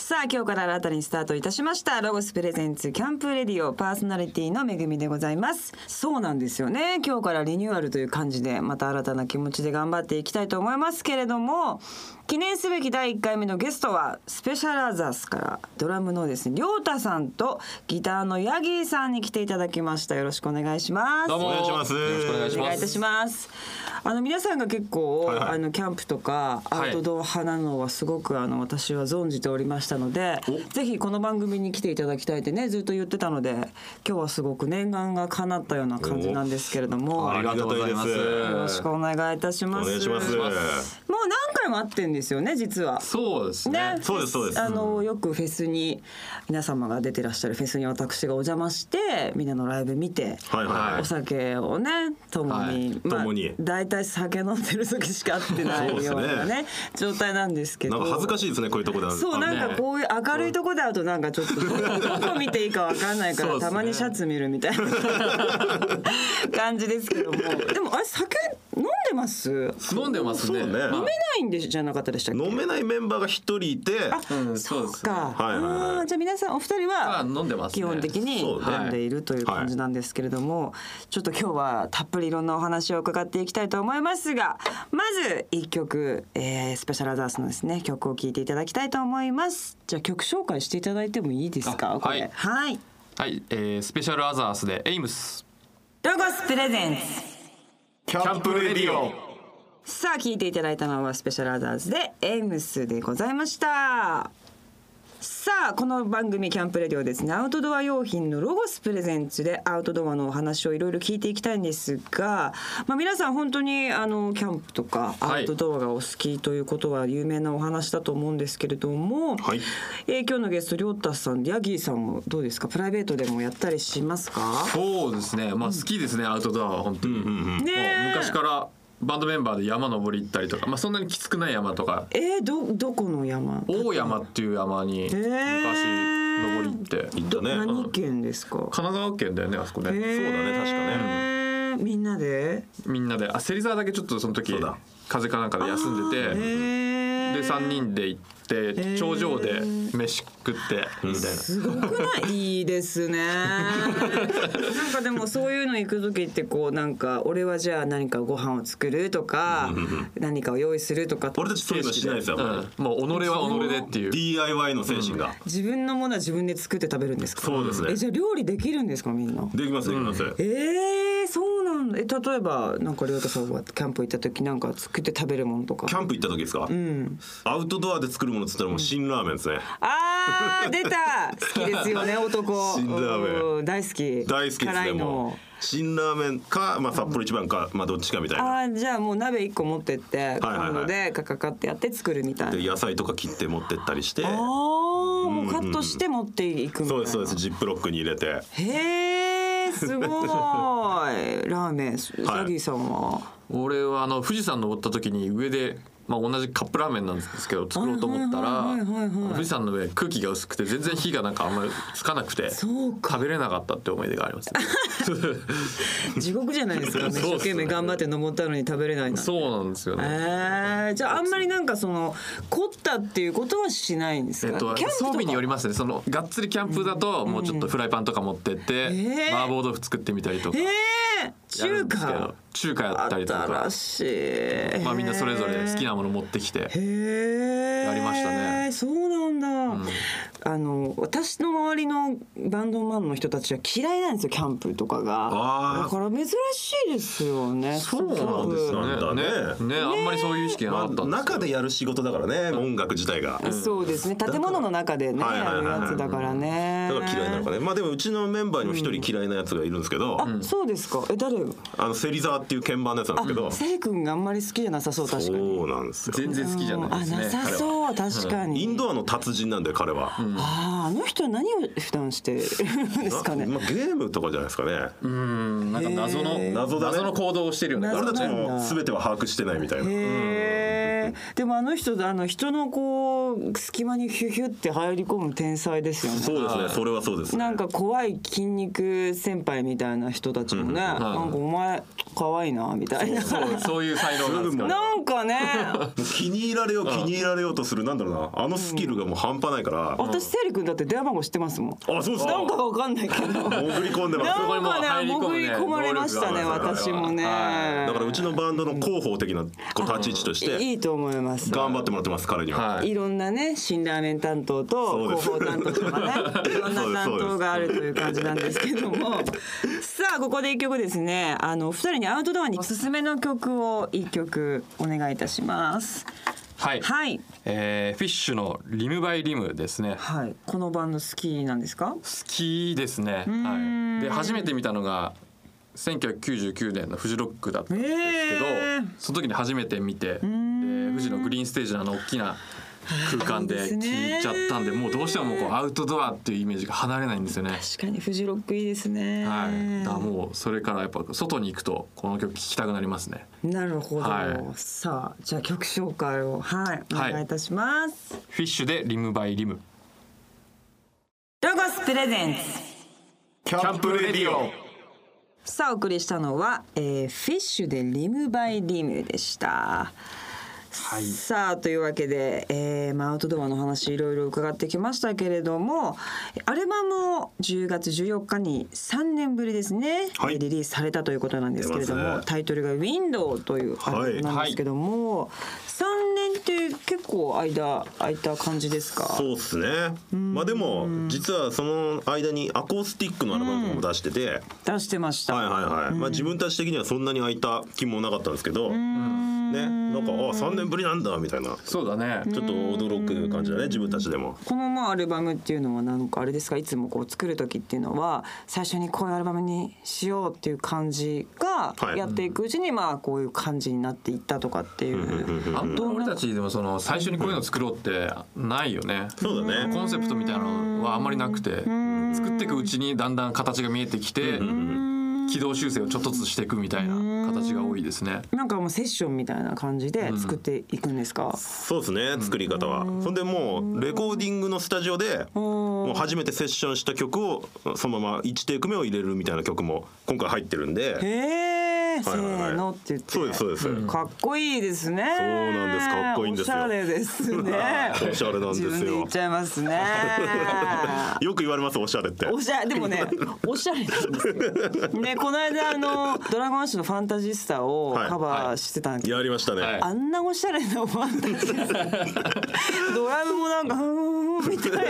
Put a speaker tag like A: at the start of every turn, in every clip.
A: さあ今日から新たにスタートいたしましたロゴスプレゼンツキャンプレディオパーソナリティのめぐみでございますそうなんですよね今日からリニューアルという感じでまた新たな気持ちで頑張っていきたいと思いますけれども記念すべき第1回目のゲストはスペシャルアザースからドラムのですねりょうたさんとギターのヤギーさんに来ていただきましたよろしくお願いします
B: どうも
C: お願いします
B: よろしくお願いし
A: お願
B: ま
A: いいたし
B: す。
A: ます。あの皆さんが結構、
B: はいはい
A: あのキャンプとかア
B: はい
A: ウトドア派なのはすごくあの私は存じておりましたので、ぜひこの番組に来ていただきたいってねずっと言ってたので今日はすごく念願が叶ったような感じなんですけれどもよ
B: ありがとうございます。
C: ありがとうござい
A: ろしくお願いいたします。
C: お願いします
A: もう何回も会ってんですよね実は。
B: そうですね
A: ね、。
C: そうですそうです
A: あのよくフェスに皆様が出てらっしゃるフェスに私がお邪魔してみんなのライブ見て、
C: はいはい
B: はい
A: お酒をね共に、
B: はい
A: まあ
C: 共に
A: 大体酒飲んでる時しか会ってな
C: そう
A: い
C: です
A: よう
C: ね
A: なね状態なんですけ
C: な
A: ど
C: んか恥ずかしいですねこういうとこで
A: そう
C: あの
A: なんかこういう明るいとこで会うとなんかちょっとどこ見ていいかわかんないか
B: そう
A: ら
B: ですね
A: たまにシャツ見るみ たいな感じですけどもでもあれ酒飲んでます飲め
B: 飲んでますね。
C: そうね
B: まあ
A: ないんでじゃなかったでしたっけ
C: 飲めないメンバーが一人いて
B: うんそうですね。
A: か、
C: はいはいはい
A: あーじゃあ皆さんお二人
B: ま
A: は
B: あ飲んでますね。
A: 基本的に
C: そうね
A: 飲んでいるという感じなんですけれども、ちょっと今日はたっぷりいろんなお話を伺っていきたいと思いますがまず一曲、えースペシャルアザースのですね曲を聴いていただきたいと思いますじゃあ曲紹介していただいてもいいですか
B: あ
A: これ
B: はい
A: はい、
B: はい、えースペシャルアザースでエイムス
A: ロゴスプレゼンス
C: キャンプレディオ
A: さあ聞いていただいたのはスペシャルアザーズでエイムスでございましたさあこの番組キャンプレディオですねアウトドア用品のロゴスプレゼンツでアウトドアのお話をいろいろ聞いていきたいんですが、まあ、皆さん本当にあのキャンプとかア
B: はい
A: ウトドアがお好きということは有名なお話だと思うんですけれども、
C: はい
A: えー今日のゲストりょうたさんヤギーさんもどうですかプライベートでもやったりしますか
B: そうですね。まあ好きですね、アウトドアは本当に。もう
A: ねえ
B: 昔からバンドメンバーで山登り行ったりとか、まあそんなにきつくない山とか、
A: えー、どどこの山
B: 大山っていう山に昔
A: ー
B: 登り行って、
C: 行ったね
A: 何県ですか
B: 神奈川県だよねあそこね。
A: へー
C: そうだね確か
A: みんなで
B: みんなで、あ芹沢だけちょっとその時
C: そう
B: 風
C: だ
B: 邪かなんかで休んで
A: で
B: て。で3人で行って頂上で飯食ってみたいな。
A: すごくないいいです ねなんかでもそういうの行く時ってこうなんか俺はじゃあ何かご飯を作るとか何かを用意するとか
C: 俺たちそういうのしないですよ
B: うん、もう己は己でっていう。
C: DIY の精神が
A: 自分のものは自分で作って食べるんですか
C: そうですね
A: えじゃあ料理できるんですかみんな
C: できますできます
A: えー、そうなんだえ例えばなんか亮太さんがキャンプ行った時なんか作って食べるものとか
C: キャンプ行った時ですかアウトドアで作るものっつったらもう辛ラーメンですね
A: あー出た好きですよね男
C: 辛ラーメン
A: うん大好き
C: 大好きです
A: 辛
C: ね
A: いの
C: もう辛ラーメンかまあ札幌一番かまあどっちかみたいな
A: あーじゃあもう鍋一個持ってって
C: はいはい
A: コンロでカカカってやって作るみたいな、
C: で野菜とか切って持ってったりして
A: ああもうカットして持っていくみたいな、
C: そうですそうですジップロックに入れて
A: へえすごいラーメンジ
C: はい
A: ャギーさんは、
B: 俺はあの富士山登った時に上で、まあ、同じカップラーメンなんですけど作ろうと思ったら
A: はいはいはいはいはい
B: 富士山の上空気が薄くて全然火がなんかあんまりつかなくて
A: そうか
B: 食べれなかったって思い出があ ります、ね、
A: 地獄じゃないですか、ね、
B: そ
A: 一生
B: うっすね
A: 懸命頑張って登ったのに食べれないなんて
B: そうなんですよ
A: え
B: ね。
A: ー、じゃああんまりなんかその凝ったっていうことはしないんです
B: え
A: か、
B: っと、
A: キャンプとか
B: 装備によりますねそのがっつりキャンプだともうちょっとフライパンとか持ってって、
A: えー
B: 麻婆豆腐作ってみたりとか
A: え
B: や
A: ー、
B: る
A: 中
B: んですけど
A: 華
B: 中華やったりとか
A: 新、しい、
B: まあ、みんなそれぞれ好き
A: な
B: なもの持ってきて
A: へえ
B: やりましたね
A: そうなんだ、あの私の周りのバンドマンの人たちは嫌いなんですよキャンプとかが
C: あー
A: だから珍しいですよね
B: そうなんで
A: ご
B: す
A: く
B: よね。
C: なんだね
B: ねあんまりそういう意識がな
C: ま
B: か
C: あ
B: ったんですけど
C: 中でやる仕事だからね音楽自体が
A: そうですね建物の中でね
C: はいはい
A: や
C: はい
A: る
C: はい
A: やつだからね
C: だから嫌いなのかねまあでもうちのメンバーにも一人嫌いなやつがいるんですけど、
A: あそうですかえ誰
C: あの芹沢っていう鍵盤のやつなんですけど、
A: せい君があんまり好きじゃなさそう確かに
C: そうなんですよ
B: 全然好きじゃないですね。
A: あなさそう確かに
C: インドアの達人なんで彼
A: あ
C: は、
A: ああの人は何を普段してるんですかね
C: なまあ、ゲームとかじゃないですかね、
B: うん、なんか謎の、
C: 謎だね
B: 謎の行動をしてるよね。
A: 謎
C: 俺た
A: そ
C: ち
A: うなん
C: も
A: だ
C: 全ては把握してないみたいな
A: へえ、でもあの人あの人のこの隙間にヒュヒュって入り込む天才ですよね
C: そうですねそれはそうですね
A: なんか怖い筋肉先輩みたいな人たちもね、
D: い
A: なんかお前可愛いなみたいな
D: そうそういう才能なんですから。
A: なんかね
C: 気に入られよう気に入られようとするなんだろうなあのスキルがもう半端ないから
A: 私セリ君だって電話番号知ってますもん
C: あそうです
A: なんか
C: か
A: わかんないけどなんかね
C: 潜り込んでます
D: こにもう入り込
A: 潜
D: むね
A: り込まれましたね
D: 能力がある
A: 私もね
D: は
C: だからうちのバンドの広報的なこう立ち位置として
A: いいと思います
C: 頑張ってもらってます彼には。
D: はい
A: いろんなね辛ラーメン担当と
C: そうで
A: 広報担当と
C: す
A: かねいろんな担当があるという感じなんですけどもさあここで一曲ですねあのお二人にアウトドアにおすすめの曲を一曲お願いいたします
B: はい、
A: はい
B: えーフィッシュのリムバイリムですね。
A: はいこのバンド好きなんですか
B: 好きですね。はい。で初めて見たのが1999年のフジロックだったんですけど、
A: へー
B: その時に初めて見て、でフジのグリーンステージのあの大きな空間で
A: あーいいですね
B: 聞いちゃったんで、もうどうしてもこうアウトドアっていうイメージが離れないんですよね。
A: 確かにフジロックいいですね
B: はい。だからもうそれからやっぱ外に行くとこの曲聴きたくなりますね。
A: なるほど、
B: はい
A: さあじゃあ曲紹介をはいお
B: はい
A: 願いいたします、
B: フィッシュでリムバイリム。
A: ロゴスプレゼンツ
C: キ
B: ャンプレディオ
A: さあお送りしたのは、えーフィッシュでリムバイリムでした。
B: い
A: さあというわけで、えーまあ、アウトドアの話いろいろ伺ってきましたけれどもアルバムを10月14日に3年ぶりですね、
C: はい
A: えーリリースされたということなんですけれど
C: 出ます
A: も
C: ね
A: タイトルが「Window」というアルバムなんですけども、3年って結構間空いた感じですか
C: そうっすねまあでも実はその間にアコースティックのアルバムも出してて
A: 出してました。
C: はいはいはい、まあ自分たち的にはそんなに空いた気もなかったんですけど、ねなんかあ三3年ぶりなんだみたいなち
B: そうだね。
C: ょっと驚く感じだね自分たちでも。
A: このまあアルバムっていうのはなんかあれですかいつもこう作る時っていうのは最初にこういうアルバムにしようっていう感じが
C: はい
A: やっていくうちにまあこういう感じになっていったとかっていううん
B: あんま俺たちでもその最初にこういうの作ろうってないよね。
C: そうだね
B: コンセプトみたいなのはあんまりなくて作っていくうちにだんだん形が見えてきて軌道修正をちょっとずつしていくみたいな形が多いですね。
A: なんかもうセッションみたいな感じで作っていくんですか、
C: そうですね作り方は、そんでもうレコーディングのスタジオでもう初めてセッションした曲をそのまま1テイク目を入れるみたいな曲も今回入ってるんで
A: へえ、
C: はいはいはい
A: せーのって言って
C: そうですそうです、
A: かっこいいですねそう
C: なんですかっこいいんですよ
A: おしゃれですね
C: おしゃれなんです
A: 自
C: よ
A: 分で言っちゃいます ね
C: よく言われますおしゃれって
A: おしゃれでもね おしゃれなんですよ。ねこの間あのドラゴンアッシュのファンタジスタを
C: はい
A: カバーしてたんですけど、
C: やりましたね、
B: はい
A: あんなおしゃれなファンタジスタドラムもなんかふーんみた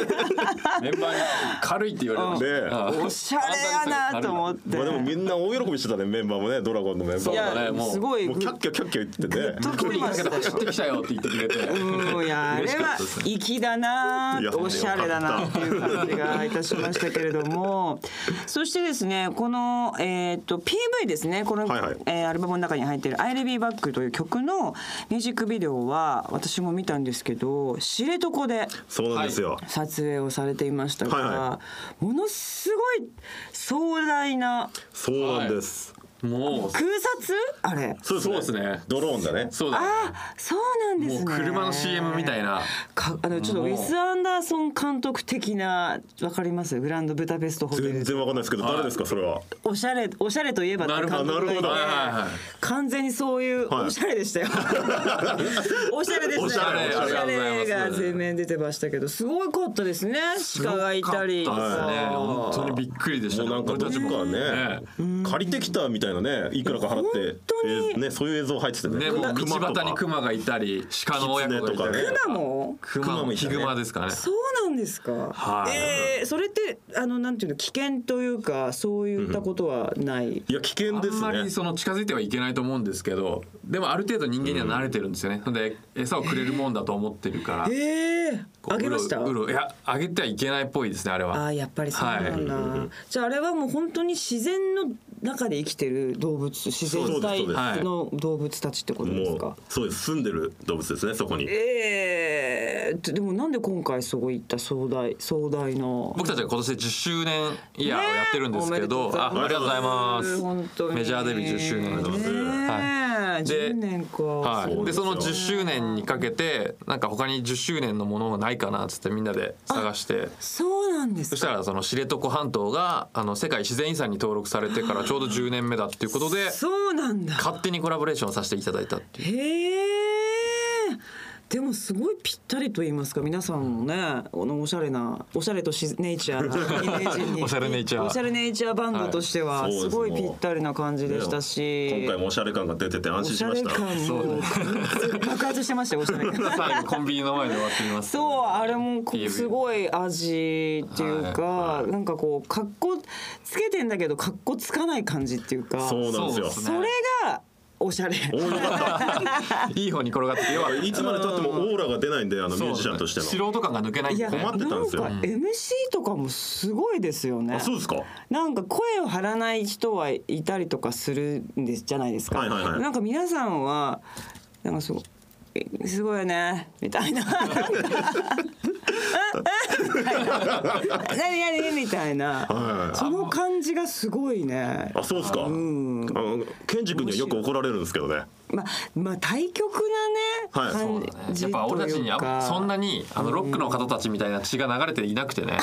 A: い
B: メンバーに軽いって言われま
C: で
B: した。あ
A: な おしゃれやなと思って。
C: まあでもみんな大喜びしてたねメンバーもねドラゴンのメンバ
A: い
C: ー
B: だね
A: や
B: もう
A: すごい
C: ももうキャッキャキャッキャ言っててね
A: グッときましたよ
B: 走ってきたよって言ってくれて。
A: うん、いやあれ
B: 嬉しかっ
A: は
B: たですね
A: 粋だない
C: や
A: おしゃれだなっていう感じがいたしましたけれどもそしてですねこの、えー、と PV ですねこの、
C: はいはい
A: えーアルバムの中に入っている「I'll be back」という曲のミュージックビデオは私も見たんですけど知床で
C: そうなんですよ、
A: 撮影をされていましたが、
C: はいは
A: ものすごい壮大な
C: そうなんです、
B: もう
A: 空撮あれ
C: そう
B: そうですね。
C: ドローンだね
B: そうだね。
A: あそうなんです
B: も
A: ね
B: う車の CM みたいな。
A: かあのちょっとウ
B: もう
A: ェス・アンダーソン監督的なわかりますグランドブダペストホテ
C: 全
A: ル
C: 然わかんないですけど誰ですかそれは
A: おしゃれおしゃれといえばって
B: なるほど
A: 監督がいて
C: なるほど
B: はいはいはい
A: 完全にそういう
C: はい
A: おしゃれで したよ、おしゃれですね
C: おしゃれ
A: おしゃれ
B: おしゃれ
A: が全面出てましたけどすごいかったですね鹿がいたり
B: すごかったですね。本当にびっくりでした
C: もう
B: ね。
C: なんかどっちかね借りてきたみたいなねいくらか払って
A: 当に
C: えーねそういう映像入っててね
B: ね、もう道端にクマがいたり、鹿の親子がいたり
C: キツネとかね。
A: 今も
B: ク
C: 熊
B: マ
C: も
B: も
C: いた
B: ヒ
C: ね
B: グマですかね。
A: そうなんですか、
B: はい
A: えーそれってあのなんていうの危険というかそういったことはない、
C: いや危険です
B: あんま
C: ね
B: りその近づいてはいけないと思うんですけどでもある程度人間には慣れてるんですよね、なんで餌をくれるもんだと思ってるから、
A: ええ
B: こう
A: あげました
B: うろうろいやあげてはいけないっぽいですねあれ
A: あ
B: は
A: ーやっぱりそうなんだ、じゃああれはもう本当に自然の中で生きてる動物自然体
C: そうです
B: そうです
A: の動物たちってことですか、
C: もうそうです住んでる動物ですねそこに
A: ええー、でもなんで今回そういった壮大壮大な
B: 僕たちが今年10周年イヤーをやってるんですけど、
A: ねえ
B: あありがとうございま
A: 本当
B: す
A: に
B: メジャーデビュー10周年
C: ありがとうございます
A: ねえ10年か、
B: はい、でその
C: そうですよ
B: 10周年にかけてなんか他に10周年のものがないかなっつってみんなで探して
A: そうなんです
B: そ
A: か
B: したらその知床半島があの世界自然遺産に登録されてからちょうど10年目だっていうことで
A: そうなんだ
B: 勝手にコラボレーションさせていただいたっていう
A: へえでもすごいぴったりと言いますか皆さんもねこのおしゃれなおしゃれとしネイチャーなイメージに
B: おしゃれネイチャー
A: おしゃれネイチャーバンドとしては
C: はい
A: すごいぴったりな感じでしたし、
C: 今回もおしゃれ感が出てて
A: お
C: 安心
A: し
C: し
A: ゃ
C: ま
A: れ
C: した
A: 感も爆発してましたよおしゃれ 感
B: 最後コンビニの前で終わっています
A: そうあれもこう
B: PV
A: すごい味っていうか、なんかこうかっこつけてんだけどかっこつかない感じっていうか
C: そうなんですよ
B: そう
A: それがおしゃれ
C: おーよかっ
B: いい方に転がってて要は
C: たいつまでたってもオーラが出ないんであのミュージシャンとして
B: 素
C: の
B: 人感が抜けないん
A: い
B: で
A: や
B: ね
C: 困ってたんですよ
A: なんか MC とかもすごいですよね。
C: あそうですか
A: なんか声を張らない人はいたりとかするんですじゃないですか。
C: はいはいはい
A: なんか皆さんはなんかそうえすごいよねみたいな。何何みたい
C: はい
A: な
C: は。い
A: その感じがすごいね。
C: あそうですかあ
A: うん
C: のケンジ君にはよく怒られるんですけどね
A: まあまあ対極な
C: はい
A: ね
C: そう
A: 感
C: だ
A: じと
B: やっ
A: いうか。
B: ぱ俺たちにあそんなにあのロックの方たちみたいな血が流れていなくてね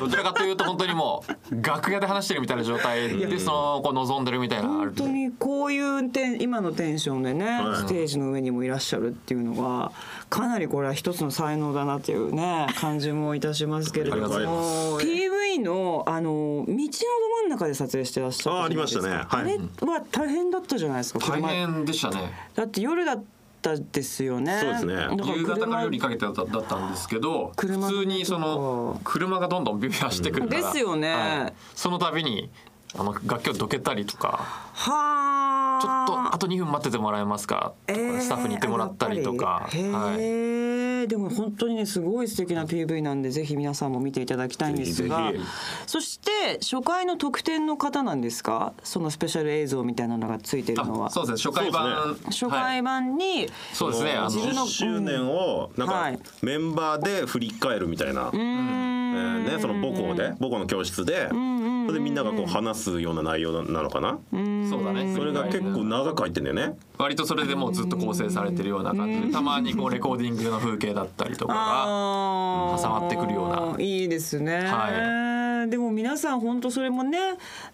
B: どちらかというと本当にもう楽屋で話してるみたいな状態でそのこう望んでるみたいなのがある
A: 本当にこういうテン今のテンションでね、
C: い
A: ステージの上にもいらっしゃるっていうのがかなりこれは一つの才能だなっていうね感じもいたしますけれども
C: ありがとう
A: もう PV のあの道のど真ん中で撮影してらっしゃった
C: あありましたね
A: じゃない
C: はい
A: ですかあれは大変だったじゃないですか
B: 大
A: 車
B: 変でしたね
A: だって夜だったですよね
C: そうですね
A: だから
B: 夕
A: 車
B: 方から夜にかけてだっただったんですけど普
A: 車の
B: 通にそ
A: と
B: の車がどんどんビュー走ってくるから
A: ですよね
B: はいその度にあの楽器をどけたりとか
A: はあ
B: ちょっとあと2分待っててもらえますかとか
A: えー
B: スタッフに言ってもらったりとか
A: やっぱ
B: は
A: りへ
B: い
A: え、でも本当にねすごい素敵な PV なんでぜひ皆さんも見ていただきたいんですが
C: ぜひぜひ
A: そして初回の特典の方なんですかそのスペシャル映像みたいなのがついてるの
B: あ
A: は
B: そうですね初回版
A: 初
B: はい
A: 回版に、
B: そうですねあの
A: 自分の
C: 10周年をなん
A: は
C: か
A: い
C: メンバーで振り返るみたいな、えーね、その母校で母校の教室でそれでみんながこう話すような内容なのかな
B: そうだね
C: それが結構長く入ってんだよね
B: 割とそれでもうずっと構成されてるような感じでたまにこうレコーディングの風景だったりとかが
A: あー
B: 挟まってくるようない
A: いですね、
B: は
A: でも皆さん本当それもね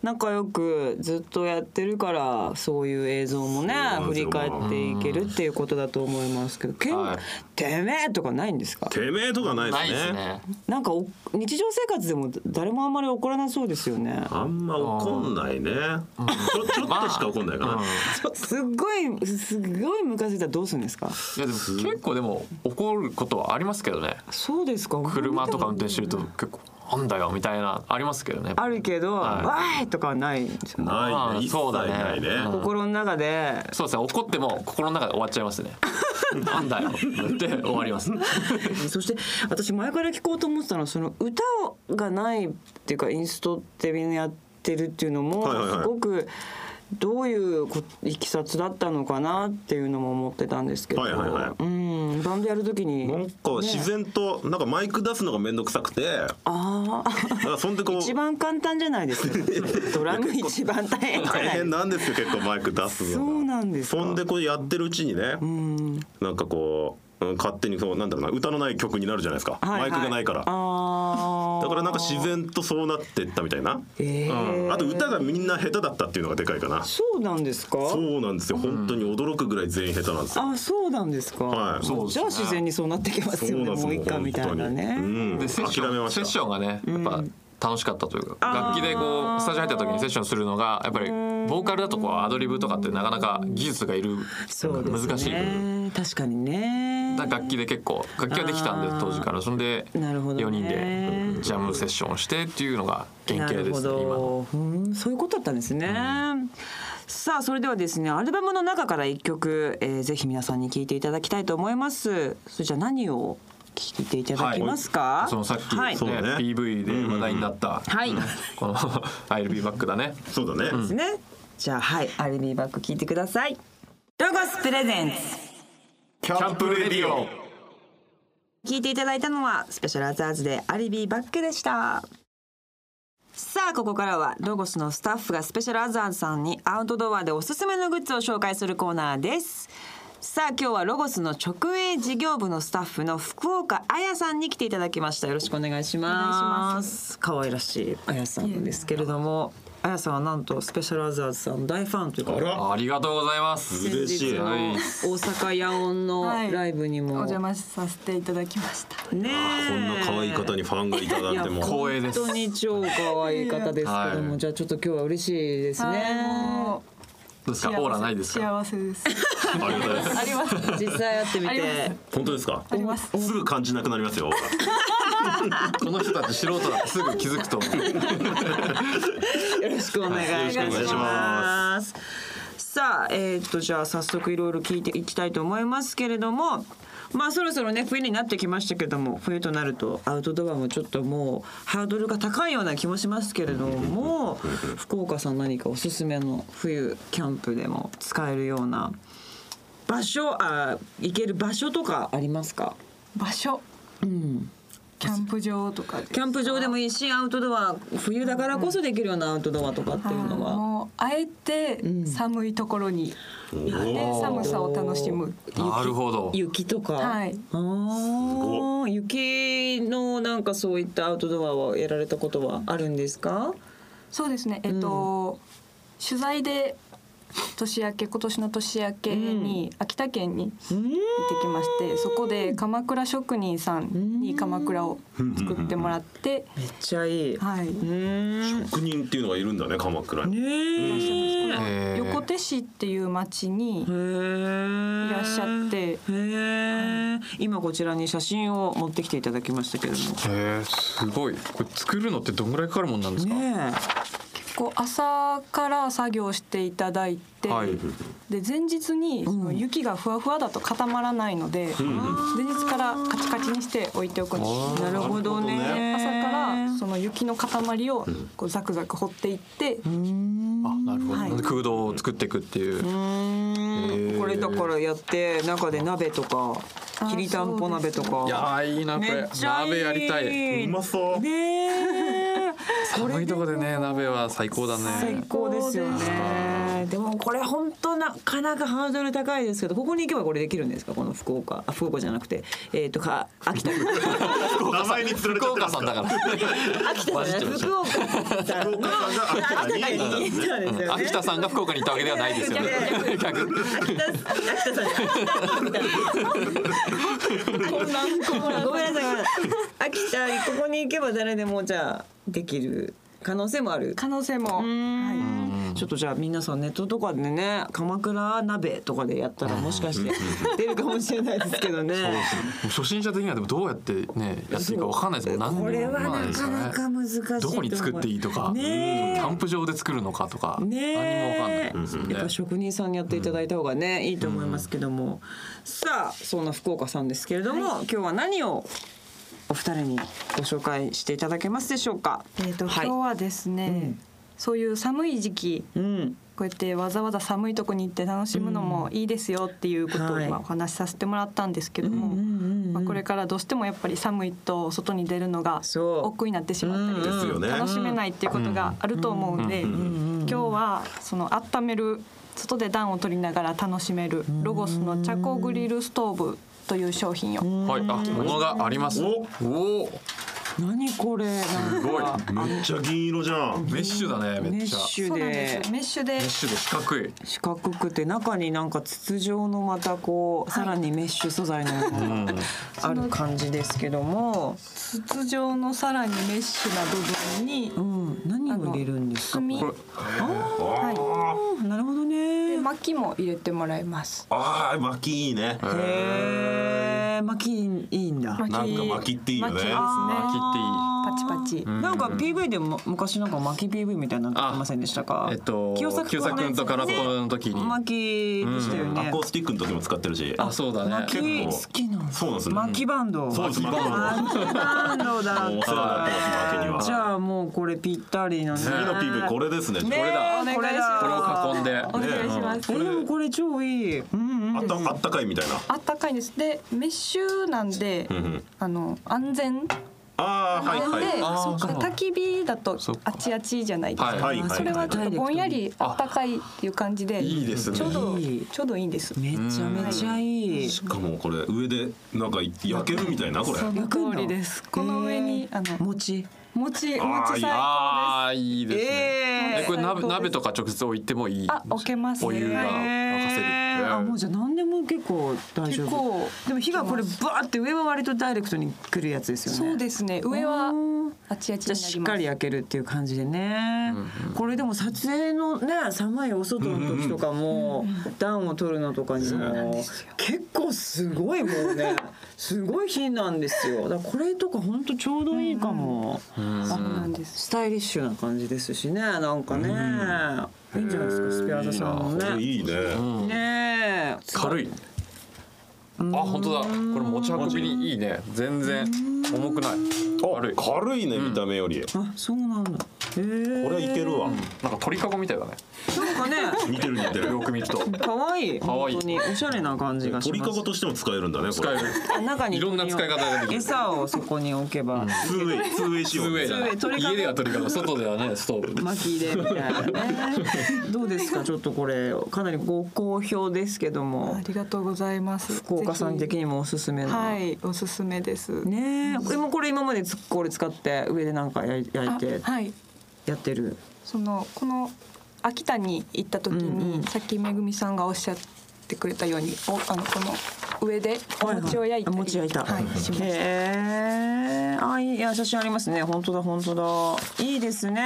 A: 仲良くずっとやってるからそういう映像もね
C: なん
A: 振
C: です
A: り
C: よ
A: 返っていけるっていうことだと思いますけど「けん
B: はい
A: てめえ!」とかないんですか
C: てめえとかないで
B: ない
C: す
B: で
C: ね
B: すね
A: なんかお日常生活でも誰もあんまり怒らなそうですよね。
C: あんま怒んないね、ちょちょっとしか怒んないかな、
A: すっごいすっごいムカついたらどうするんですか
B: いやでも結構でも怒ることはありますけどね
A: そうですか
B: 車とか運転してると結構「なんだよ」みたいなありますけどね
A: あるけど「
B: はい
A: わーい!」とかはないんですよ
C: ないね
B: あー
C: 一切
B: そうだね
C: ないね、
B: うん
A: 心の中で
B: そうですね怒っても心の中で終わっちゃ いますねなんだよって終わります
A: そして私前から聞こうと思ってたのはその歌がないっていうかインストってみんなやってるっていうのも
C: はいはいはい
A: すごくどういうこいきさつだったのかなっていうのも思ってたんですけど、
C: はいはいはい
A: うんバンドやる時に
C: なんか自然となんかマイク出すのが面倒くさくてだ
A: ああ
C: からそんでこう
A: 一番簡単じゃない ですかドラム一番大変じゃない
C: 大変なんですよ結構マイク出すのが
A: そうなんですか
C: そんでこうやってるうちにね、なんかこううん勝手にそうなんだろうな歌のない曲になるじゃないですか、
A: はいはい
C: マイクがないからだ
A: あ
C: からなんか自然とそうなってったみたいな、
A: ええ
C: うんあと歌がみんな下手だったっていうのがでかいかな
A: そうなんですか
C: そうなんですよ本当に驚くぐらい全員下手なんですよ、
A: あそうなんですか、
C: はいそう
B: です
A: じゃあ自然にそうなってきます
C: そ
A: よ
C: う
A: ね
C: なんです
A: もう一回みたいなね、
C: 本当にうん、
B: でセッシ
C: 諦め
B: ョ
C: ま
B: ンセッ
C: し
B: シ
C: た
B: ョンがねやっぱ楽しかったというか楽器でこうスタジオ入った時にセッションするのがやっぱりボーカルだとこうアドリブとかってなかなか技術がいる
A: そうですね
B: 難しい部分
A: 確かにね
B: だから楽器で結構楽器ができたんで当時からそんで
A: なるほどね
B: 4人でジャムセッションをしてっていうのが原型です
A: な
B: ね
A: る
B: 今の
A: ほどうんそういうことだったんですね、さあそれではですねアルバムの中から一曲、えー、ぜひ皆さんに聴いていただきたいと思いますそれじゃあ何を聴いていただきますか、
B: そのさっきね
A: はい
C: そうね
B: PV で話題になった
A: はい
B: この 「I'll be back」だね
C: そうだね、
A: ですね、じゃあはいアルビーバック聴いてくださいロゴスプレゼンツ
C: キ
B: キャンプレディオ
A: 聞いていただいたのはスペシャルアザーズでアリビーバックでしたさあここからはロゴスのスタッフがスペシャルアザーさんにアウトドアでおすすめのグッズを紹介するコーナーですさあ今日はロゴスの直営事業部のスタッフの福岡彩さんに来ていただきましたよろしくお願いします可愛らしい彩さんですけれども彩さんはなんとスペシャルアザーズさんの大ファンということで
B: ありがとうございます
C: 嬉しい
A: 先日の大阪野音のライブに
E: お
A: も、
E: 邪魔させていただきました。
A: ねえ
C: こんな可愛い方にファンがいただいても
B: こ光栄です
A: 本当に超可愛い方ですけども、
B: はい
A: じゃあちょっと今日は嬉しいですね。
E: も
B: どうです
E: う
B: かオーラないですか
E: 幸せです。
C: ありがたいです
E: あります。
A: 実際会ってみ
E: あり
A: て
E: ま、
C: 本当ですか
E: あります。
C: すぐ感じなくなりますよ
B: この人たち素人だってすぐ気づくと思う
A: よろしくお願いし
C: はいよろしくお願い
A: ま。
C: します
A: さあ、えーっとじゃあ早速いろいろ聞いていきたいと思いますけれども。まあそろそろね冬になってきましたけども冬となるとアウトドアもちょっともうハードルが高いような気もしますけれども福岡さん何かおすすめの冬キャンプでも使えるような場所あ行ける場所とかありますか
E: 場所。キャンプ場とかです。
A: キャンプ場でもいいしアウトドア冬だからこそできるようなアウトドアとかっていうの
E: はい
A: は。
E: もうあえて寒いところに行って寒さを楽しむ。
B: なるほど
A: 雪とか。
E: はい
A: あー雪のなんかそういったアウトドアをやられたことはあるんですか？
E: そうですね。えっと、取材で年明け今年の年明けに秋田県に行ってきまして、そこで鎌倉職人さんに鎌倉を作ってもらって、
A: めっちゃいい。。
E: はいう
A: ーん。
C: 職人っていうのがいるんだね鎌倉
A: ね
C: に
A: え。
B: えー
E: 横手市っていう町に
A: へー
E: いらっしゃって
A: へー今こちらに写真を持ってきていただきましたけれども。
B: えーすごいこれ作るのってどんぐらいかかるもんなんですか、
A: ね
E: こう朝から作業していただいて、
B: はい
E: で前日にその雪がふわふわだと固まらないので、前日からカチカチにして置いておくんです。
A: え。なるほど
C: なるほど
A: ね。
E: 朝からその雪の塊をこうザクザク掘っていって、
B: あなるほど、
E: はい
B: 空洞を作っていくっていう、
A: うー
B: へ
A: ん
B: ー
A: これだからやって中で鍋とか
E: あー
A: きりたんぽ鍋とか
B: いやーいいなこ
A: め
B: れ
A: っちゃいい
B: 鍋やりたい
C: まそう
A: ねえ
B: 寒いとこでね鍋は最高だ
A: 最
B: ね
A: 高ですよねでもこれ本当なかなかハードル高いですけどここに行けばこれできるんですかこの福岡あ福岡じゃなくてえっ、とか秋 田
C: 名前に釣られちゃ
B: 福
C: って
B: 岡
C: ます
B: さんだから
A: 秋田じゃない福岡さんの秋田に行ったんですよね
B: 秋田さんが福岡に行ったわけではないですよね
A: 秋田秋田さん
E: 混乱
A: ごめん
E: 混乱
A: なさいごめんなさい秋田にここに行けば誰でもじゃあできる可能性もある
E: 可能性も、は
A: ちょっとじゃあ皆さんネットとかでね鎌倉鍋とかでやったらもしか して出るかもしれないですけどね。
B: 初心者的にはでもどうやってねやっていいかわかんないですもん何
A: これは
B: も
A: なかなか難しいと思う
B: どこに作っていいとか、
A: ねえ
B: キャンプ場で作るのかとか、何もわかんない
A: ね
B: ですよ
A: え、やっ
B: ね
A: ぱ職人さんにやっていただいた方がね、いいと思いますけども、さあそんな福岡さんですけれども、今日は何をお二人にご紹介していただけますでしょうか。
E: い。えっ、と、
A: はい
E: 今日はですね、
A: ん
E: そういう寒い時期
A: うん、
E: こうやってわざわざ寒いとこに行って楽しむのもいいですよっていうことを
A: はい
E: 今お話しさせてもらったんですけど
A: う
E: も、
A: んうんうん
E: まあ、これからどうしてもやっぱり寒いと外に出るのが
A: そう
E: 億劫になってしまったり、
C: ですよね
E: 楽しめないっていうことがあると思うんで、今日はその温める外で暖を取りながら楽しめるロゴスのチャコグリルストーブという商品を
B: はい、あ、物があります。おお、
A: 何これなん
B: すごい。
A: か
C: めっちゃ銀色じゃん
B: メッシュだね、
A: メ
B: め
A: ッ
B: っちゃ。
A: シ
E: そ
A: ュ
E: うなん
A: で
E: ですメッシュで
B: メッシュで四角い。
A: 四角くて中になんか筒状のまたこう、さらにメッシュ素材のようなある感じですけども、
E: 筒状のさらにメッシュな部分に、
A: うん、何を入れるんですか。
E: 炭
A: これ
E: は
A: あなるほど
E: い、で
A: ね。
E: 薪も入れてもらいます。
C: あー巻きいいね
A: へえ、巻きいいんだ。
E: 巻き
C: なんか巻きっていいよね
E: 巻きですね
B: あ切っていい
E: パチパチ
A: なんか PV でも昔なんか巻き PV みたいなのありませんでしたか
B: えっと、
A: 清作
B: 清作君とカラコの時に。
A: 巻きでしたよ
C: ア
A: ね
C: コースティックの時も使ってるし
B: あ、そうだね。
A: 巻き好きなんです
C: そうなんですね
A: 巻きバンド
C: そうです巻きバン
A: 巻きバンドだ
C: ドもうお世話になってます巻きには
A: じゃあもうこれぴったりなん
C: 次の PV これですねこれだ
A: だ
E: お願い
A: これ
E: します
B: これを囲んで。
E: お願いします、
A: えでもこれ超いいうんうん
C: あったあったかいみたいな
E: あったかいですでメッシュなんで、あの安全
C: ああはい
E: なの
C: は
E: で、
C: い
D: あー
E: そっか
D: そう
E: 焚き火だと
B: そっ
E: あ
B: か
E: ちあちじゃないですか、
C: はいはい
E: それはちょっとぼんやりあったかいっていう感じで
C: いいですね
E: ちょうど
A: いい
E: ちょうどいいんです
A: めちゃめちゃいい
C: しかもこれ上でなんか焼けるみたいなこれ
E: その通りですこの上にあの
A: 餅
E: 餅餅
C: あーい
E: 最
C: い
E: 高
B: あーいいですね。
A: え
B: えこれ
E: 最高
B: 鍋
E: です
B: 鍋とか直接置いてもいい
E: です。あ置けますね
B: お湯が沸かせる
A: えあもうじゃあ何でも結構大丈
E: 結
A: 夫
E: 構
A: でも火がこれバーって上は割とダイレクトに来るやつですよね
E: そうですね上は
A: うん
E: あち
A: じゃあ
E: あちにな
A: し
E: り
A: っ
E: ま
A: か
E: す
A: り焼けるっていう感じでね、これでも撮影のね寒いお外の時とかも、暖を取るのとかにも結構すごいもうねすごい日なんですよだからこれとかほんとちょうどいいかも、
E: そうなんです
A: スタイリッシュな感じですしねなんかね、いいんじゃないですかスピアーザさんも
C: これ
A: ね
C: いいね
A: ねえ
B: 軽い。あ本当だ。これ持ち運びにいいね。全然重くない。軽い。
C: あ
B: こ
C: 軽いね見た目よりこ
A: あそうなんだへえ
C: れはいけるわ
B: なんか鳥かごみたいだね。
A: なんかね
C: 似てる似てる
B: よく見ると
A: 可愛い
B: 可愛い
A: 本当におしゃれな感じがし
C: 鳥
A: ま
C: か
A: す
C: ごとしても使えるんだねこ
B: 使え
C: れ
B: る。
A: 中に
B: いろんな使い方ができる
A: 餌をそこに置けば、
C: ツーウェイツーウェイ仕
B: ツー
C: 様
B: ウェイだね
A: ツーウェイ鳥かご
B: 家では鳥かご、外ではねストーブ。
A: 巻きでみたいなねどうですか ちょっとこれかなりご好評ですけども
E: ありがとうございます
A: 福岡さん的にもおすすめ
E: ぜ
A: な、
E: ひはいおすすめです
A: ねえでもこれ今までつこれ使って上でなんか焼い焼い
E: あ
A: て
E: はい
A: やってる
E: そのこの秋田に行った時に、
A: うんうん
E: さっきめぐみさんがおっしゃってくれたようにおあのこの上でお餅を焼い
A: あ
E: たり、
A: 餅焼いた、
E: はいしました
A: へえあいいいや写真ありますね本当だ本当だいいですね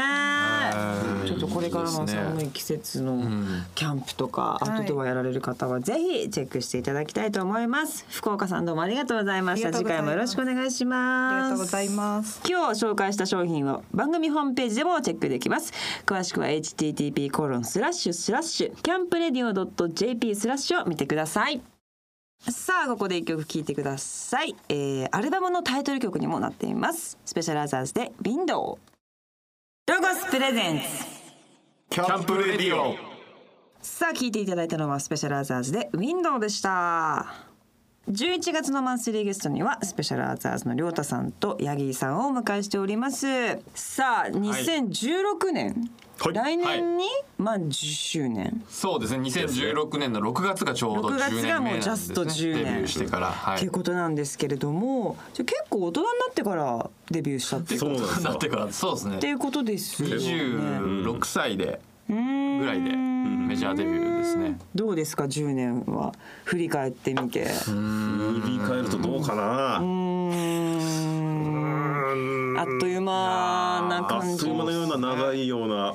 B: い
A: ちょっとこれから
B: い
A: の
B: いですね
A: 寒い季節のキャンプとかアウトドアやられる方はぜひチェックしていただきたいと思います福岡さんどうもありがとうございまし
E: あ
A: た
E: りが
A: 次
E: とうござ
A: 回
E: います
A: もよろしくお願いし
E: あり
A: ま
E: が
A: す
E: とうございます
A: 今日紹介した商品は番組ホームページでもチェックできます詳しくは http コロンスラッシュスラッシュキャンプレディオ .jp スラッシュを見てくださいさあここで一曲聴いてください、えー、アルバムのタイトル曲にもなっていますスペシャルアザーズでウィンドウロゴスプレゼンツ
C: キャンプレディオ
A: さあ聞いていただいたのはスペシャルアザーズでウィンドウでした11月のマンスリーゲストにはスペシャルアザーズの亮太さんとヤギーさんをお迎えしておりますさあ2016年、
C: はい
A: 来年に満10周年、
B: そうですね。2016年の6月がちょうど
A: 6
B: 10
A: 月
B: 年目
A: が
B: なん
A: もう
B: で
A: ジャスト
B: す
A: 10
B: ね。
A: 年
B: デビューしてから。は
A: という
B: い。
A: ことなんですけれどもじゃあ結構大人になってからデビューしたってっ
C: そうなんです
B: な
C: よ
B: ってからそうですね
A: て。いうことですよね。
B: 26歳でぐらいでメジャーデビューですね。
A: どうですか10年は振り返ってみて。
C: 振り返るとどうかな
A: あっという間な
C: あ
A: 感
C: っ
A: じ
C: という間のような長いような
B: やっ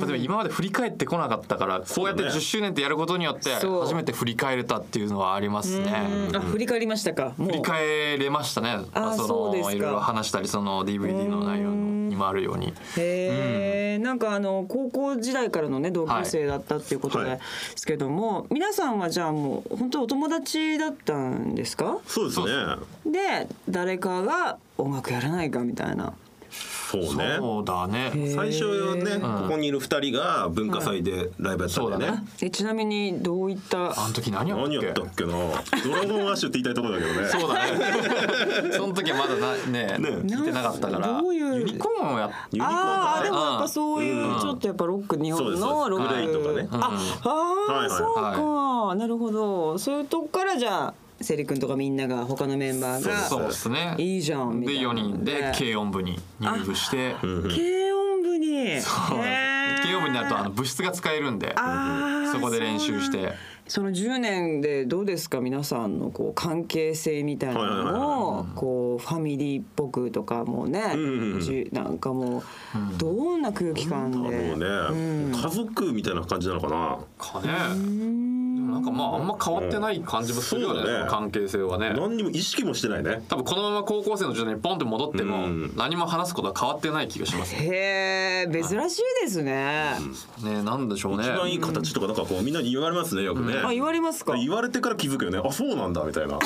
B: ぱでも今まで振り返ってこなかったからこうやって
C: そうだね
B: 10周年ってやることによって
A: そう
B: 初めて振り返れたっていうのはありますね。
A: あ振り返りましたか。もう
B: 振り返れましたね。
A: あーそうですか
B: いろいろ話したりその DVD の内容にもあるように。
A: へえ、なんかあの高校時代からのね同級生だったっていうこと
C: はい
A: ですけども、皆さんはじゃあもう本当お友達だったんですか？
C: そうですね
A: で誰かが音楽やらないかみたいな。
C: そうね
B: そうだね。
C: 最初ねここにいる二人が文化祭でライブやったんだよ
B: そうだ
C: ね
B: ね
A: えちなみにどういった
B: あの時何やったっ
C: 何
B: け？
C: やったっけなドラゴンアッシュって言いたいところだけどね
B: そうだ ね。その時はまだなね
C: ね
B: 聞いてなかったから。
A: どういう
B: ユニコーンをやっ
C: ユニコ
A: ああ
C: ーン
A: で
C: とかね
A: もやっぱそういう、
B: うん
A: ちょっとやっぱロック日
C: そうで
A: 本の
C: す
A: ロック、
C: そうですグレイとかね
A: ああー、
C: はいはい
A: そうか、なるほどそういうとこからじゃあセリ君とかみんなが他のメンバーが
B: そうですね。
A: いいじゃんみた
B: で
A: いな
B: 4人で軽音部に入部して。
A: 軽音部にへー
B: 軽音部になるとあの部室が使えるんで
A: あー
B: そこで練習
A: そう
B: し
A: なん
B: て
A: だその10年でどうですか皆さんのこう関係性みたいな
C: はいはい
A: のをこうファミリーっぽくとかもね、
C: んうん
A: じゅなんかもうどんな空気感
C: もう
A: で、
C: ね家族みたいな感じなのかな
B: かねでもなんかまああんま変わってない感じもするよね,、
C: うんそうだね
B: 関係性はね
C: 何にも意識もしてないね
B: 多分このまま高校生の時代にポンって戻っても
C: うん
B: 何も話すことは変わってない気がしますね
A: へえ珍しいですね、
B: ねなんでしょうね
C: 一番いい形とかなんかこうみんなに言われますねよくね
A: あ言われますか
C: 言われてから気づくよねあそうなんだみたいな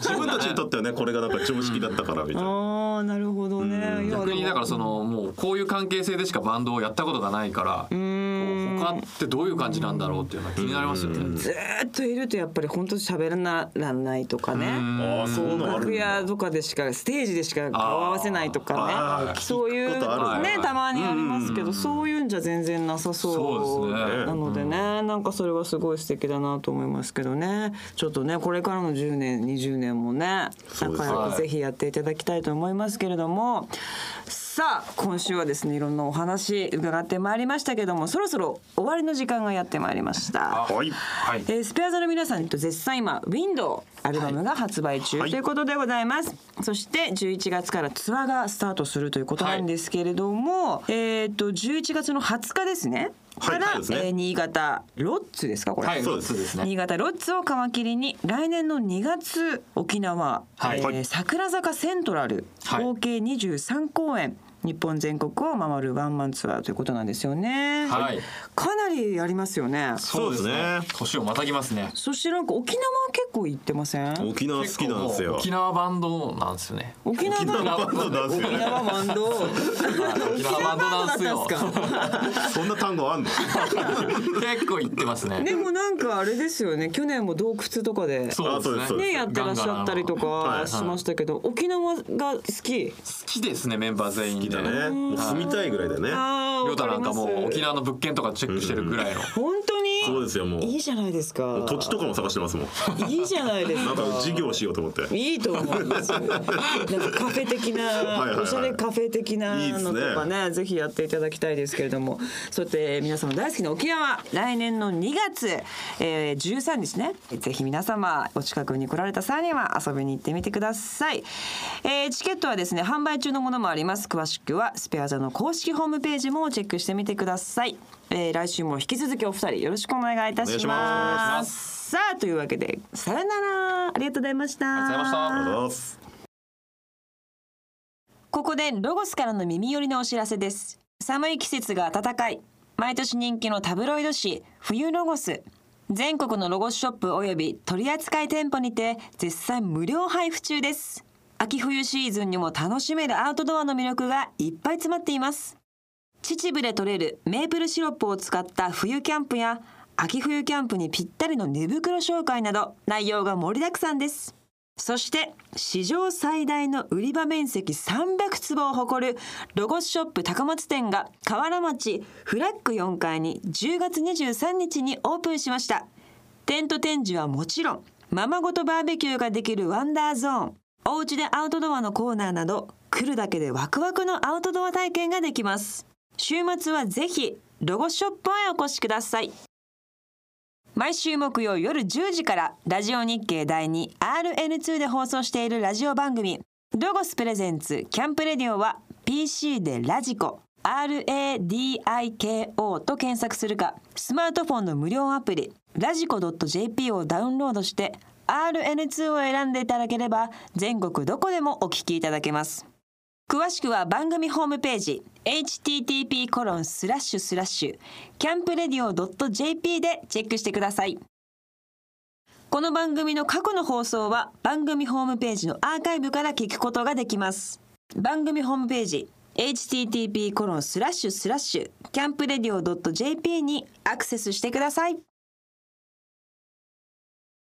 C: 自分たちにとってはねこれがなんか常識だったからみたいな
A: ああなるほどねいや
B: 逆にだからそのもうこういう関係性でしかバンドをやったことがないからこう他ってどういう感じなんだろうっていうのは気になりますよね。
A: ずーっといるとやっぱり本当喋らないとかね
C: ああそういうのある
A: 楽屋とかでしかステージでしか顔合わせないとか
C: あ
A: ね
C: ー
A: そうい
C: 聞
A: う
C: くことあ
A: の
C: る
A: ね
B: はい
A: たまにありますけどそういうんじゃ全然なさそ
B: そううですね
A: なのでねなんかそれはすごい素敵だなと思いますけどねちょっとねこれからの10年20年もね
C: そうです
A: 仲良くぜひやっていただきたいと思いますけれどもさあ今週はですねいろんなお話伺ってまいりましたけどもそろそろ終わりの時間がやってまいりました。
C: はい
B: はい。
A: えースペア座の皆さんと絶賛今「Window」アルバムが発売中と
C: はい
A: いうことでございます、そして11月からツアーがスタートするということなんですけれども、えっと11月の20日ですね
C: は
A: か
C: い
A: ら、
C: そうですね
A: えー新潟ロッツですかこれ、
B: はい、
C: そ
B: そうう
C: で
B: ですすね。
A: 新潟ロッツを皮切りに来年の2月沖縄、
B: はい
A: えー桜坂セントラル、
B: はい
A: 合計23公演日本全国を回るワンマンツアーということなんですよね、
B: はい
A: かなりやりますよね
C: そうですね
B: 年をまたぎますね。
A: そしてなんか沖縄結構行ってません
C: 沖縄好きなんです
B: 結構もう
C: よ
B: 沖縄バンドなんですよね。
A: 沖縄バンド
C: バンドなんですよ
A: 沖縄バンド
B: 沖縄バンドなん ですよ。
C: そんな単語あんの
B: 結構行ってますね。
A: でもなんかあれですよね去年も洞窟とかで
C: あそうですそうです
A: ねやってらっしゃったりと
C: ガンガンあ
A: か
C: の
A: しましたけど沖縄が好き
B: 好きですねメンバー全員
C: 好き
B: で
C: だねもう住みたいぐらいだよね
A: あ
B: りょうたなんかもう沖縄の物件とかチェックしてるぐらいの、
A: 本当に
C: そうですよもう
A: いいじゃないですか
C: 土地とかも探してますもん
A: いいじゃないです
C: な
A: か
C: んか事業しようと思って
A: いいと思いますよ。なんかカフェ的
C: はいはいは
A: な、
C: い
A: おしゃれカフェ的ない
C: いです
A: の
C: ね
A: とかね、ぜひやっていただきたいですけれども。そして皆様大好きな沖縄、来年の2月、えー、13日ね。ぜひ皆様お近くに来られた際には遊びに行ってみてください。えーチケットはですね、販売中のものもあります。詳しくはスペア座の公式ホームページもチェックしてみてください。えー来週も引き続きお二人よろしくお願いいたし
C: お願いし
A: ま。
C: ます
A: さあというわけでさよならありがとうございました。
B: ありがとうございました
C: ありがとうございます
A: ここでロゴスからの耳寄りのお知らせです。寒い季節が暖かい。毎年人気のタブロイド紙、冬ロゴス。全国のロゴスショップ及び取扱店舗にて絶賛無料配布中です。秋冬シーズンにも楽しめるアウトドアの魅力がいっぱい詰まっています。秩父で採れるメープルシロップを使った冬キャンプや秋冬キャンプにぴったりの寝袋紹介など内容が盛りだくさんです。そして史上最大の売り場面積300坪を誇るロゴスショップ高松店が河原町フラッグ4階に10月23日にオープンしましたテント展示はもちろんままごとバーベキューができるワンダーゾーンおうちでアウトドアのコーナーなど来るだけでワクワクのアウトドア体験ができます週末はぜひロゴスショップへお越しください毎週木曜夜10時からラジオ日経第 2RN2 で放送しているラジオ番組「ロゴスプレゼンツキャンプレディオ」は PC でラジコ RADIKO と検索するかスマートフォンの無料アプリラジコ .jp をダウンロードして RN2 を選んでいただければ全国どこでもお聞きいただけます。詳しくは番組ホームページ http コロンスラッシュスラッシュキャンプレディオ .jp でチェックしてくださいこの番組の過去の放送は番組ホームページのアーカイブから聞くことができます番組ホームページ http コロンスラッシュスラッシュキャンプレディオ .jp にアクセスしてください